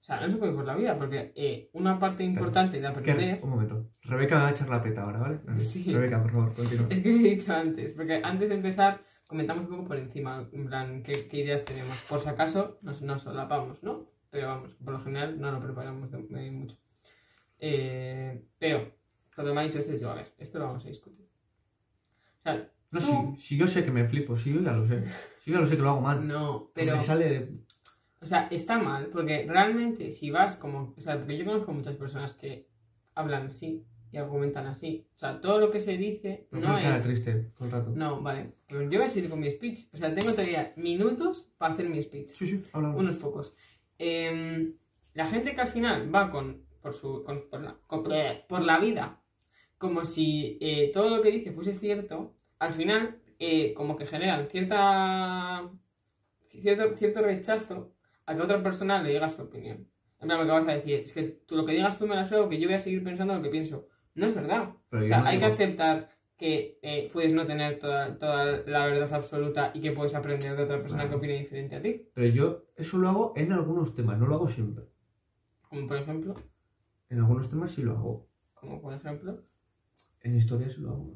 Speaker 2: O sea, no se puede ir por la vida porque eh, una parte importante de
Speaker 1: Que-
Speaker 2: aprender
Speaker 1: un momento. Rebeca me va a echar la peta ahora, ¿vale?
Speaker 2: eh. Sí. Eh,
Speaker 1: Rebeca, por favor, continúa.
Speaker 2: es que he dicho antes, porque antes de empezar comentamos un poco por encima, en plan, qué, qué ideas tenemos. Por si acaso nos, nos solapamos, ¿no? Pero vamos, por lo general no lo preparamos de- eh, mucho. Eh, pero, cuando me ha dicho esto, digo, a ver, esto lo vamos a discutir. O sea,
Speaker 1: No,
Speaker 2: tú-
Speaker 1: si, si yo sé que me flipo, si yo ya lo sé. Si yo ya lo sé que lo hago mal.
Speaker 2: no, pero...
Speaker 1: Me sale de...
Speaker 2: O sea, está mal, porque realmente si vas como... O sea, porque yo conozco muchas personas que hablan así y argumentan así. O sea, todo lo que se dice
Speaker 1: Me
Speaker 2: no
Speaker 1: pone cara
Speaker 2: es...
Speaker 1: triste todo el rato.
Speaker 2: No, vale. Pero yo voy a seguir con mi speech. O sea, tengo todavía minutos para hacer mi speech.
Speaker 1: Sí, sí, habla. habla.
Speaker 2: Unos pocos. Em, la gente que al final va con, por, su, con- por, la, con- por la vida como si eh, todo lo que dice fuese cierto, al final eh, como que generan cierta, cierto, cierto rechazo a que otra persona le diga su opinión. En plan, lo que vas a decir es que tú lo que digas tú me la suelo, que yo voy a seguir pensando lo que pienso. No es verdad.
Speaker 1: Pero
Speaker 2: O
Speaker 1: yo
Speaker 2: sea,
Speaker 1: no
Speaker 2: hay que
Speaker 1: digo-
Speaker 2: aceptar que eh, puedes no tener toda, toda la verdad absoluta y que puedes aprender de otra persona que
Speaker 1: Claro.
Speaker 2: opine diferente a ti.
Speaker 1: Pero yo eso lo hago en algunos temas, no lo hago siempre.
Speaker 2: Como por ejemplo,
Speaker 1: En algunos temas sí lo hago.
Speaker 2: como por ejemplo,
Speaker 1: En historia sí lo hago.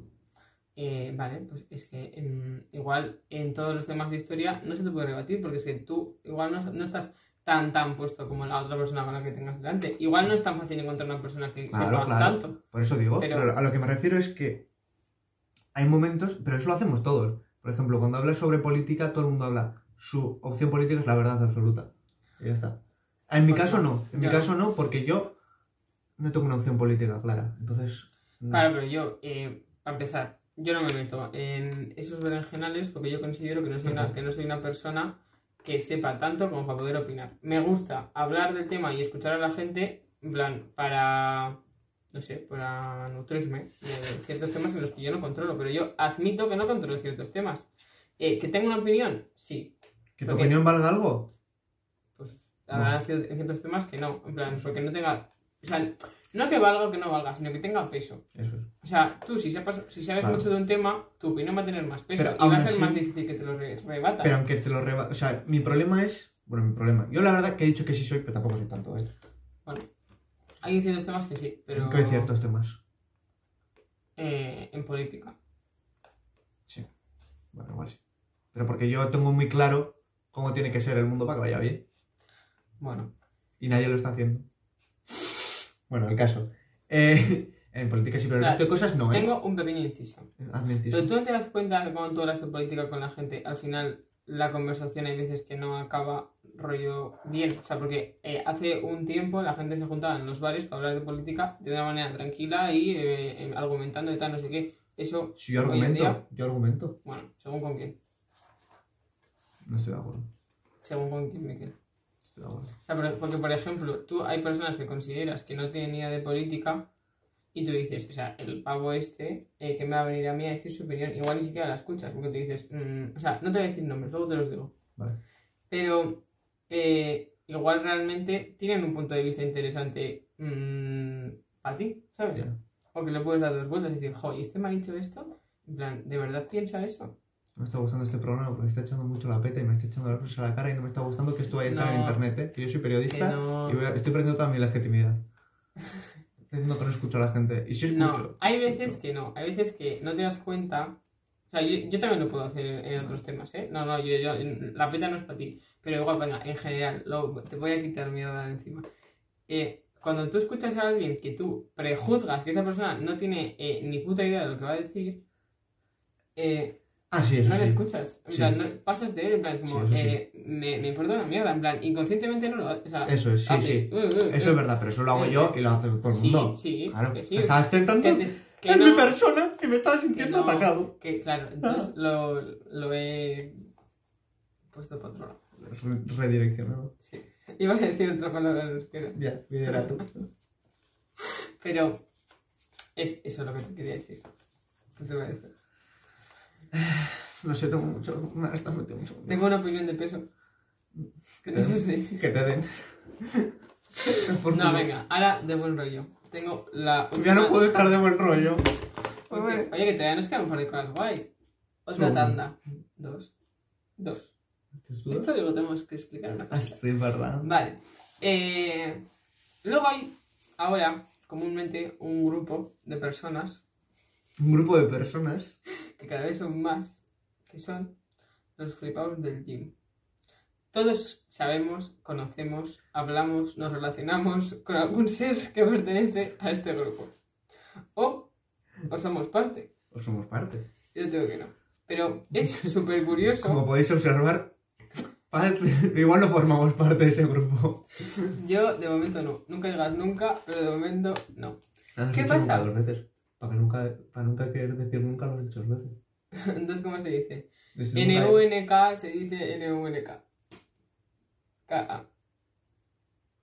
Speaker 2: eh, vale, pues es que mm, igual en todos los temas de historia no se te puede rebatir porque es que tú igual no, no estás tan tan puesto como la otra persona con la que tengas delante. Igual no es tan fácil encontrar una persona que
Speaker 1: Claro,
Speaker 2: sepa
Speaker 1: claro.
Speaker 2: tanto.
Speaker 1: Por eso digo,
Speaker 2: Pero-
Speaker 1: pero... a lo que me refiero es que hay momentos, pero eso lo hacemos todos. Por ejemplo, cuando hablas sobre política, todo el mundo habla. Su opción política es la verdad absoluta. Y ya está. En mi
Speaker 2: Pues
Speaker 1: caso
Speaker 2: no.
Speaker 1: no, en mi
Speaker 2: Ya.
Speaker 1: caso no, porque yo no tengo una opción política clara. Entonces, mm, no.
Speaker 2: Claro, pero yo, eh, para empezar, yo no me meto en esos berenjenales porque yo considero que no, soy una,
Speaker 1: Ujú.
Speaker 2: que no soy una persona que sepa tanto como para poder opinar. Me gusta hablar del tema y escuchar a la gente, en plan, para, no sé, para nutrirme de ciertos temas en los que yo no controlo, pero yo admito que no controlo ciertos temas. Eh, ¿Que tengo una opinión? Sí.
Speaker 1: que tu
Speaker 2: Ok.
Speaker 1: opinión valga algo.
Speaker 2: Pues habrá cier- en ciertos temas que no, en plan, porque no tenga... O sea, no que valga o que no valga, sino que tenga peso.
Speaker 1: Eso es.
Speaker 2: O sea, tú si, sepas, si sabes
Speaker 1: Claro.
Speaker 2: mucho de un tema, tu opinión va a tener más peso
Speaker 1: Pero
Speaker 2: y va a
Speaker 1: aún
Speaker 2: ser
Speaker 1: así-
Speaker 2: más difícil que te lo re- rebatan.
Speaker 1: Pero aunque te lo reba... O sea, mi problema es... Bueno, mi problema. Yo la verdad que he dicho que sí soy, pero tampoco soy tanto, ¿eh?
Speaker 2: Hay ciertos temas que sí, pero
Speaker 1: Que hay ciertos temas.
Speaker 2: eh, en política.
Speaker 1: Bueno, igual sí. Pero porque yo tengo muy claro cómo tiene que ser el mundo para que vaya bien.
Speaker 2: Bueno,
Speaker 1: Y nadie lo está haciendo. Bueno, el caso. Eh, En política sí, pero
Speaker 2: Claro.
Speaker 1: el resto de cosas no, ¿eh? Ah,
Speaker 2: Tengo un pequeño inciso.
Speaker 1: Admitir.
Speaker 2: Pero tú no te das cuenta que cuando tú hablas de política con la gente, al final la conversación hay veces que no acaba rollo bien. O sea, porque eh, hace un tiempo la gente se juntaba en los bares para hablar de política de una manera tranquila y eh, eh, argumentando y tal, no sé qué. Eso,
Speaker 1: Si yo
Speaker 2: hoy en día-
Speaker 1: argumento, yo argumento.
Speaker 2: bueno, según con quién.
Speaker 1: No estoy de acuerdo.
Speaker 2: Según con quién me queda.
Speaker 1: Estoy de acuerdo.
Speaker 2: O sea, por- porque, por ejemplo, tú hay personas que consideras que no tienen ni idea de política y tú dices, o sea, el pavo este, eh, que me va a venir a mí a decir su opinión, igual ni siquiera la escuchas, porque tú dices, mm, o sea, no te voy a decir nombres, luego te los digo.
Speaker 1: Vale.
Speaker 2: Pero eh, igual realmente tienen un punto de vista interesante mm, para ti, ¿sabes?
Speaker 1: Ya.
Speaker 2: O que le puedes dar dos vueltas y decir, jo, ¿y este me ha dicho esto? En plan, ¿de verdad piensa eso?
Speaker 1: No me está gustando este programa porque me está echando mucho la peta y me está echando las cosas a la cara y no me está gustando que esto vaya a estar en
Speaker 2: No.
Speaker 1: internet, ¿eh? Que yo soy
Speaker 2: Que
Speaker 1: periodista
Speaker 2: no...
Speaker 1: y voy a- estoy perdiendo toda mi legitimidad. Estoy diciendo que no escucho a la gente. Y si escucho.
Speaker 2: No, hay veces que no, hay veces que no te das cuenta. O sea, yo, yo también lo puedo hacer en, en otros temas, ¿eh? No, no, yo, yo- la peta no es para ti, pero igual, venga, en general, lo- te voy a quitar mierda de encima. Eh, cuando tú escuchas a alguien que tú prejuzgas que esa persona no tiene eh, ni puta idea de lo que va a decir, eh,
Speaker 1: Ah, sí, eso
Speaker 2: no le
Speaker 1: sí.
Speaker 2: escuchas. En
Speaker 1: Sí.
Speaker 2: plan, no- pasas de él, en plan, es como,
Speaker 1: Sí, eso sí.
Speaker 2: eh, me, me importa una mierda, en plan, inconscientemente no lo haces. O sea,
Speaker 1: Eso es, sí,
Speaker 2: haces,
Speaker 1: sí.
Speaker 2: "Uh, uh,
Speaker 1: Eso
Speaker 2: uh".
Speaker 1: es verdad, pero eso lo hago
Speaker 2: Eh,
Speaker 1: yo y lo hace todo el
Speaker 2: Sí,
Speaker 1: mundo.
Speaker 2: sí,
Speaker 1: claro.
Speaker 2: que sí.
Speaker 1: Me estabas tentando
Speaker 2: Que te- que
Speaker 1: en
Speaker 2: no.
Speaker 1: mi persona que me estaba sintiendo
Speaker 2: no.
Speaker 1: atacado. Ah.
Speaker 2: Que claro, entonces lo, lo he puesto para otro lado.
Speaker 1: Re- Redireccionado.
Speaker 2: Sí. Iba a decir otra palabra en euskera.
Speaker 1: Ya, liderato.
Speaker 2: Pero es eso es lo que te quería decir. ¿Qué te voy a decir?
Speaker 1: No sé, tengo mucho. Me estás metiendo mucho.
Speaker 2: Tengo una opinión de peso. Que no sé si-
Speaker 1: Que te den. Por
Speaker 2: No,
Speaker 1: favor.
Speaker 2: venga, ahora de buen rollo. Tengo la
Speaker 1: Ya
Speaker 2: última-
Speaker 1: no puedo estar de buen rollo.
Speaker 2: Oye, oye, que todavía nos quedan un par de cosas guays. Otra
Speaker 1: Seguro.
Speaker 2: tanda. Dos. Dos. Esto luego tenemos que explicar una
Speaker 1: Ah,
Speaker 2: cosa.
Speaker 1: sí, verdad.
Speaker 2: Vale. Eh, luego hay ahora comúnmente un grupo de personas,
Speaker 1: Un grupo de personas.
Speaker 2: que cada vez son más, que son los flipados del gym. Todos sabemos, conocemos, hablamos, nos relacionamos con algún ser que pertenece a este grupo. O, o somos parte.
Speaker 1: O pues somos parte.
Speaker 2: Yo tengo que no. Pero es súper curioso.
Speaker 1: Como podéis observar, parte- igual no formamos parte de ese grupo.
Speaker 2: Yo de momento no. Nunca digas nunca, pero de momento no.
Speaker 1: Lo has
Speaker 2: ¿Qué
Speaker 1: dicho
Speaker 2: pasa?
Speaker 1: nunca Dos veces. Para que nunca, para nunca querer decir nunca lo has dicho dos veces.
Speaker 2: Entonces, ¿cómo se dice?
Speaker 1: Es
Speaker 2: Pues
Speaker 1: nunca-
Speaker 2: NUNK se dice NUNK. K-A.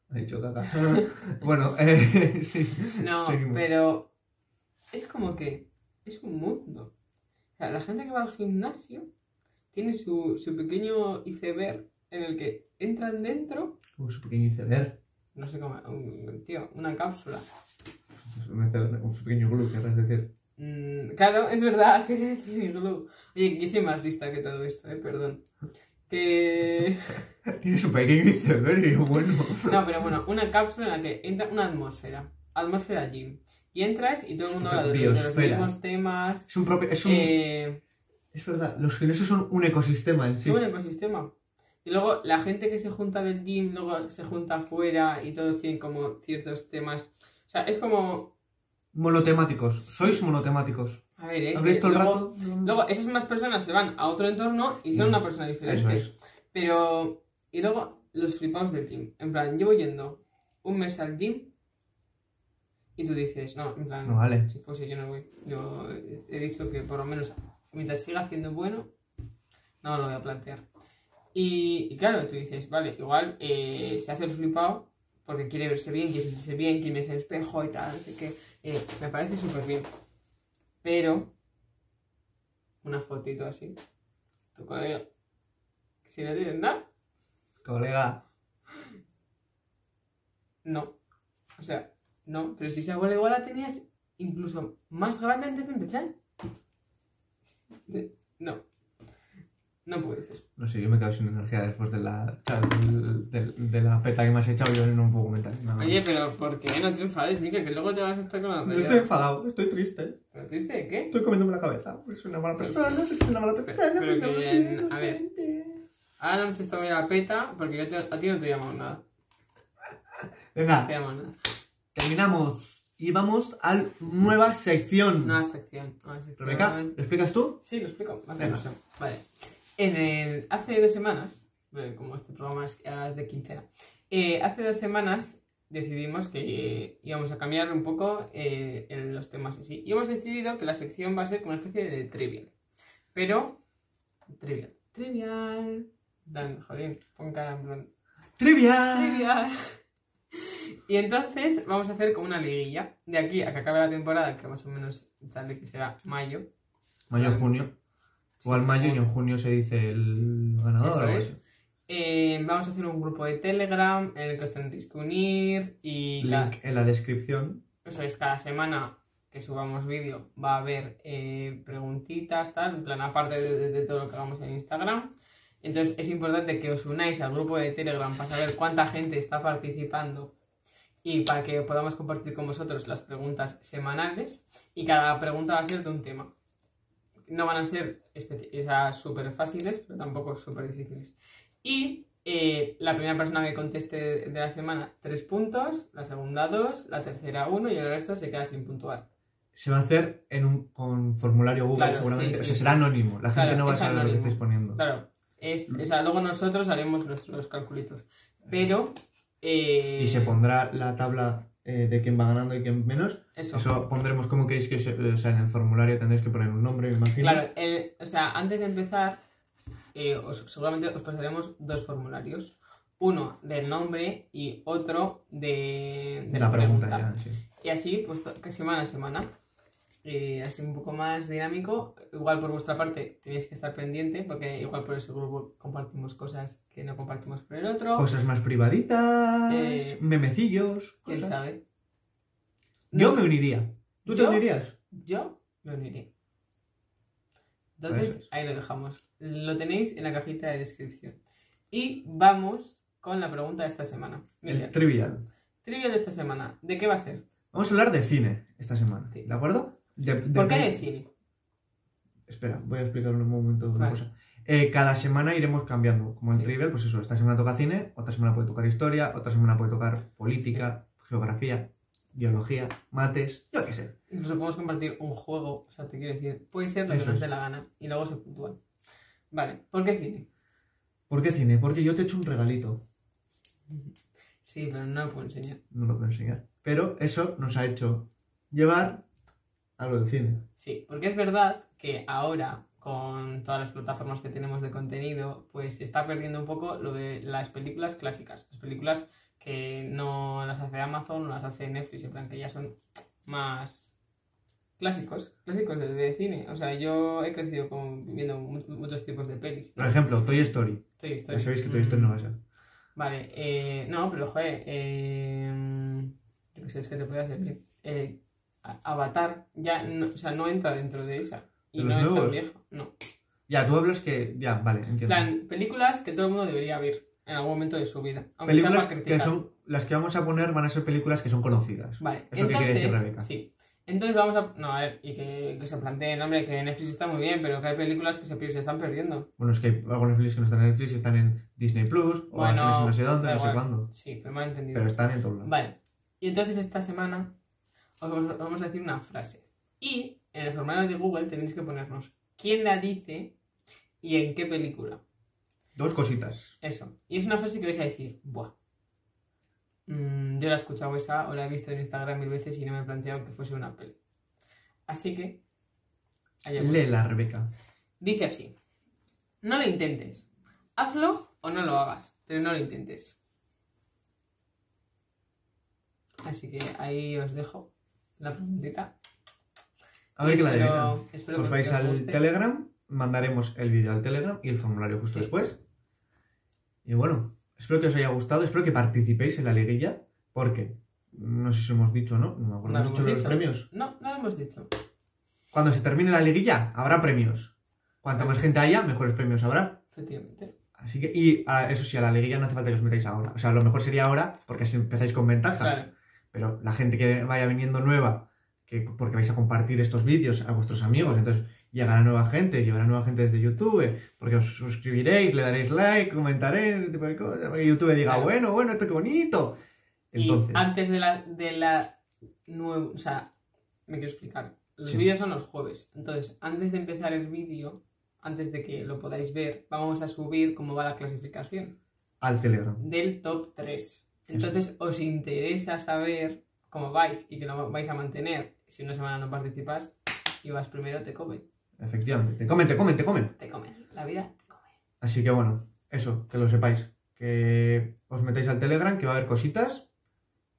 Speaker 1: Ha dicho caca. bueno, eh, sí.
Speaker 2: No,
Speaker 1: Seguimos.
Speaker 2: pero es como que es un mundo. O sea, la gente que va al gimnasio tiene su, su pequeño iceberg en el que entran dentro,
Speaker 1: Como su pequeño iceberg.
Speaker 2: no sé cómo, un- tío, una cápsula.
Speaker 1: Es un iceberg, un pequeño glue, querrás decir.
Speaker 2: Mm, claro, es verdad, quería decir glue. Oye, yo soy más lista que todo esto, eh, perdón. Que...
Speaker 1: Tienes un pequeño iceberg y yo, bueno.
Speaker 2: No, pero bueno, una cápsula en la que entra una atmósfera. Atmósfera gym. Y entras y todo el mundo habla de, los- de los
Speaker 1: Biosfera.
Speaker 2: mismos temas.
Speaker 1: Es un propio. Es, un,
Speaker 2: Eh,
Speaker 1: es verdad, los gimnasios son un ecosistema en sí.
Speaker 2: todo un ecosistema. Y luego la gente que se junta del gym, luego se junta afuera y todos tienen como ciertos temas. O sea, es como.
Speaker 1: Monotemáticos. Sois monotemáticos.
Speaker 2: A ver, ¿eh?
Speaker 1: ¿Habréis
Speaker 2: que
Speaker 1: todo el
Speaker 2: luego,
Speaker 1: rato? Mm.
Speaker 2: luego esas mismas personas se van a otro entorno y son una persona diferente.
Speaker 1: Eso es.
Speaker 2: Pero. Y luego los flipados del gym. En plan, llevo yendo un mes al gym. Y tú dices, no, en plan.
Speaker 1: No vale.
Speaker 2: Si fuese pues yo no voy. Yo he dicho que por lo menos mientras siga siendo bueno, no lo voy a plantear. Y, y claro, tú dices, vale, igual eh, se hace el flipado porque quiere verse bien, quiere sentirse bien, quiere verse en el espejo y tal, no sé qué. Eh, me parece súper bien. Pero, una fotito así, tu colega, si no tienes nada,
Speaker 1: Colega.
Speaker 2: no. O sea, no, pero si esa bola igual la tenías incluso más grande antes de empezar. De- No. No puede ser.
Speaker 1: No sé, yo me quedo sin energía después de la, de, de la peta que me has echado. Yo no puedo comentar nada. más.
Speaker 2: Oye, pero ¿por qué no te enfades, Mica? Que luego te vas a estar con la
Speaker 1: no
Speaker 2: raya.
Speaker 1: estoy enfadado, estoy triste.
Speaker 2: ¿Pero triste de qué?
Speaker 1: Estoy comiéndome la cabeza. porque Soy una mala persona, porque soy una mala
Speaker 2: Pero-
Speaker 1: persona.
Speaker 2: pero
Speaker 1: porque
Speaker 2: que,
Speaker 1: hablo bien,
Speaker 2: a ver. Ahora no se está bien la peta porque yo te- a ti no te llamo nada. No
Speaker 1: Venga,
Speaker 2: te llamo nada.
Speaker 1: terminamos. y vamos a la nueva sección.
Speaker 2: Nueva sección. Nueva sección.
Speaker 1: Rebeca, ¿lo explicas tú?
Speaker 2: Sí, lo explico. Hace
Speaker 1: Venga.
Speaker 2: ilusión. Vale. En el- hace dos semanas, eh, como este programa es ahora es de quincena, eh, hace dos semanas decidimos que eh, íbamos a cambiar un poco eh, en los temas en sí. Y hemos decidido que la sección va a ser como una especie de trivial. Pero, trivial. Trivial. Dan, jolín, pon cara en plan,
Speaker 1: ¡Trivia!
Speaker 2: Trivia. Y entonces vamos a hacer como una liguilla. De aquí a que acabe la temporada, que más o menos sale que será mayo.
Speaker 1: Mayo, junio. O al
Speaker 2: Sí,
Speaker 1: mayo
Speaker 2: sí.
Speaker 1: y en junio se dice el
Speaker 2: Eso
Speaker 1: ganador. o algo
Speaker 2: es.
Speaker 1: así.
Speaker 2: Eh, vamos a hacer un grupo de Telegram en el que os tendréis que unir. Y cada,
Speaker 1: Link en la descripción.
Speaker 2: eso es, cada semana que subamos vídeo va a haber eh, preguntitas, tal, en plan aparte de, de- de todo lo que hagamos en Instagram. Entonces es importante que os unáis al grupo de Telegram para saber cuánta gente está participando y para que podamos compartir con vosotros las preguntas semanales. Y cada pregunta va a ser de un tema. No van a ser especi- o sea, súper fáciles, pero tampoco súper difíciles. Y eh, la primera persona que conteste de la semana, tres puntos, la segunda, dos, la tercera, uno, y el resto se queda sin puntuar.
Speaker 1: Se va a hacer en un, con formulario Google,
Speaker 2: Claro,
Speaker 1: seguramente.
Speaker 2: sí,
Speaker 1: o
Speaker 2: sí,
Speaker 1: sea,
Speaker 2: sí.
Speaker 1: será anónimo. La gente
Speaker 2: Claro,
Speaker 1: no va a
Speaker 2: es
Speaker 1: saber lo
Speaker 2: anónimo.
Speaker 1: que estáis poniendo.
Speaker 2: Claro, es- o sea, luego nosotros haremos nuestros calculitos, pero... eh,
Speaker 1: Y se pondrá la tabla eh, de quién va ganando y quién menos.
Speaker 2: Eso.
Speaker 1: Eso pondremos como queréis que se- o sea, en el formulario tendréis que poner un nombre, me imagino.
Speaker 2: Claro, el- o sea, antes de empezar, eh, os- seguramente os pasaremos dos formularios. Uno del nombre y otro de, de
Speaker 1: la pregunta, ya, sí.
Speaker 2: Y así, pues to- que semana a semana. eh, así un poco más dinámico. Igual por vuestra parte tenéis que estar pendiente, porque igual por ese grupo compartimos cosas que no compartimos por el otro.
Speaker 1: Cosas más privaditas,
Speaker 2: Eh,
Speaker 1: memecillos.
Speaker 2: ¿Quién
Speaker 1: cosas.
Speaker 2: sabe?
Speaker 1: Yo
Speaker 2: No-
Speaker 1: me uniría. ¿Tú te
Speaker 2: ¿Yo?
Speaker 1: unirías?
Speaker 2: Yo lo uniré. Entonces,
Speaker 1: Pues-
Speaker 2: ahí lo dejamos. Lo tenéis en la cajita de descripción. Y vamos con la pregunta de esta semana. Miriam,
Speaker 1: El trivial.
Speaker 2: trivia de esta semana. ¿De qué va a ser?
Speaker 1: Vamos a hablar de cine esta semana,
Speaker 2: Sí.
Speaker 1: ¿de acuerdo? De-
Speaker 2: ¿Por qué
Speaker 1: de-
Speaker 2: de cine?
Speaker 1: Espera, voy a explicar un momento una
Speaker 2: Vale.
Speaker 1: cosa. Eh, cada semana iremos cambiando, como en
Speaker 2: Sí.
Speaker 1: Trivial, pues eso, esta semana toca cine, otra semana puede tocar historia, otra semana puede tocar política, geografía, biología, mates, yo qué sé.
Speaker 2: Incluso podemos compartir un juego. O sea, te quiero decir, puede ser lo
Speaker 1: Eso
Speaker 2: que nos
Speaker 1: es.
Speaker 2: dé la gana. Y luego se puntúan. Vale, ¿por qué cine?
Speaker 1: ¿Por qué cine? Porque yo te he hecho un regalito,
Speaker 2: Sí, pero no lo puedo enseñar.
Speaker 1: no lo puedo enseñar, pero eso nos ha hecho llevar a lo del cine.
Speaker 2: Sí, porque es verdad que ahora, con todas las plataformas que tenemos de contenido, pues se está perdiendo un poco lo de las películas clásicas. Las películas que no las hace Amazon, no las hace Netflix, en plan que ya son más clásicos, clásicos de, de cine. O sea, yo he crecido con, viendo mu- muchos tipos de pelis.
Speaker 1: Por ejemplo, Toy Story,
Speaker 2: Toy Story.
Speaker 1: ya sabéis que Toy Story
Speaker 2: Mm.
Speaker 1: no va a ser.
Speaker 2: Vale, eh, no, pero joder, eh, yo qué sé, es que te puede hacer bien. Eh, a- Avatar ya no, o sea, no entra dentro de esa. Y
Speaker 1: ¿De
Speaker 2: no
Speaker 1: los
Speaker 2: es tan
Speaker 1: nuevos?
Speaker 2: vieja. No.
Speaker 1: Ya, tú hablas que, ya, vale,
Speaker 2: En
Speaker 1: entiendo.
Speaker 2: plan, películas que todo el mundo debería ver en algún momento de su vida. Aunque sea
Speaker 1: películas
Speaker 2: para
Speaker 1: que
Speaker 2: criticar.
Speaker 1: son, las que vamos a poner van a ser películas que son conocidas.
Speaker 2: Vale,
Speaker 1: Es lo que quiere decir Rebeca.
Speaker 2: entonces, sí. Entonces vamos a. No, a ver, y que, que se planteen, hombre, que Netflix está muy bien, pero que hay películas que se, pier- se están perdiendo.
Speaker 1: Bueno, es que hay algunas pelis que no están en Netflix y están en Disney Plus, o
Speaker 2: Bueno,
Speaker 1: en Netflix no sé dónde,
Speaker 2: da
Speaker 1: no sé
Speaker 2: igual.
Speaker 1: cuándo.
Speaker 2: Sí, pero me han entendido.
Speaker 1: Pero están en todos lados.
Speaker 2: Vale. Y entonces esta semana os vamos, os vamos a decir una frase. Y en el formulario de Google tenéis que ponernos quién la dice y en qué película.
Speaker 1: Dos cositas.
Speaker 2: Eso. Y es una frase que vais a decir, buah. Mm, yo la he escuchado esa o la he visto en Instagram mil veces y no me he planteado que fuese una peli. Así que... allá voy.
Speaker 1: Léela, Rebeca.
Speaker 2: Dice así. No lo intentes. Hazlo o no lo hagas, pero no lo intentes. Así que ahí os dejo la preguntita.
Speaker 1: A ver
Speaker 2: Y
Speaker 1: que la
Speaker 2: espero-
Speaker 1: adivinan.
Speaker 2: espero
Speaker 1: Os
Speaker 2: que
Speaker 1: vais
Speaker 2: os
Speaker 1: al
Speaker 2: guste.
Speaker 1: Telegram, mandaremos el vídeo al Telegram y el formulario justo
Speaker 2: Sí.
Speaker 1: después. Y bueno, espero que os haya gustado, espero que participéis en la liguilla, porque no sé si os hemos dicho o no, no me acuerdo
Speaker 2: No lo
Speaker 1: hemos dicho
Speaker 2: hemos
Speaker 1: los
Speaker 2: dicho.
Speaker 1: premios.
Speaker 2: No, no lo hemos dicho.
Speaker 1: Cuando se termine la liguilla, habrá premios. Cuanta más gente haya, mejores premios habrá.
Speaker 2: Efectivamente.
Speaker 1: Así que, y ah, eso sí, a la liguilla no hace falta que os metáis ahora. O sea, lo mejor sería ahora, porque si empezáis con ventaja.
Speaker 2: Claro.
Speaker 1: Pero la gente que vaya viniendo nueva, que, porque vais a compartir estos vídeos a vuestros amigos, entonces llegará nueva gente, llegará nueva gente desde YouTube, porque os suscribiréis, le daréis like, comentaréis, ese tipo de cosas, para que YouTube diga,
Speaker 2: Claro.
Speaker 1: bueno, bueno, esto qué bonito. Entonces,
Speaker 2: Y antes de la, de la nuevo, o sea, me quiero explicar. Los
Speaker 1: Sí.
Speaker 2: vídeos son los jueves, entonces antes de empezar el vídeo, antes de que lo podáis ver, vamos a subir cómo va la clasificación
Speaker 1: Al Telegram.
Speaker 2: del top 3. Entonces, os interesa saber cómo vais y que lo vais a mantener. Si una semana no participas y vas primero, te comen.
Speaker 1: Efectivamente. Comen, te comen, te comen.
Speaker 2: Te comen. La vida te come.
Speaker 1: Así que bueno, eso, que lo sepáis. Que os metáis al Telegram, que va a haber cositas.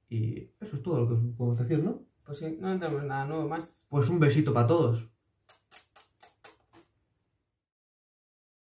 Speaker 1: Y eso es todo lo que os podemos decir, ¿no?
Speaker 2: Pues sí, no tenemos nada nuevo más.
Speaker 1: Pues un besito para todos.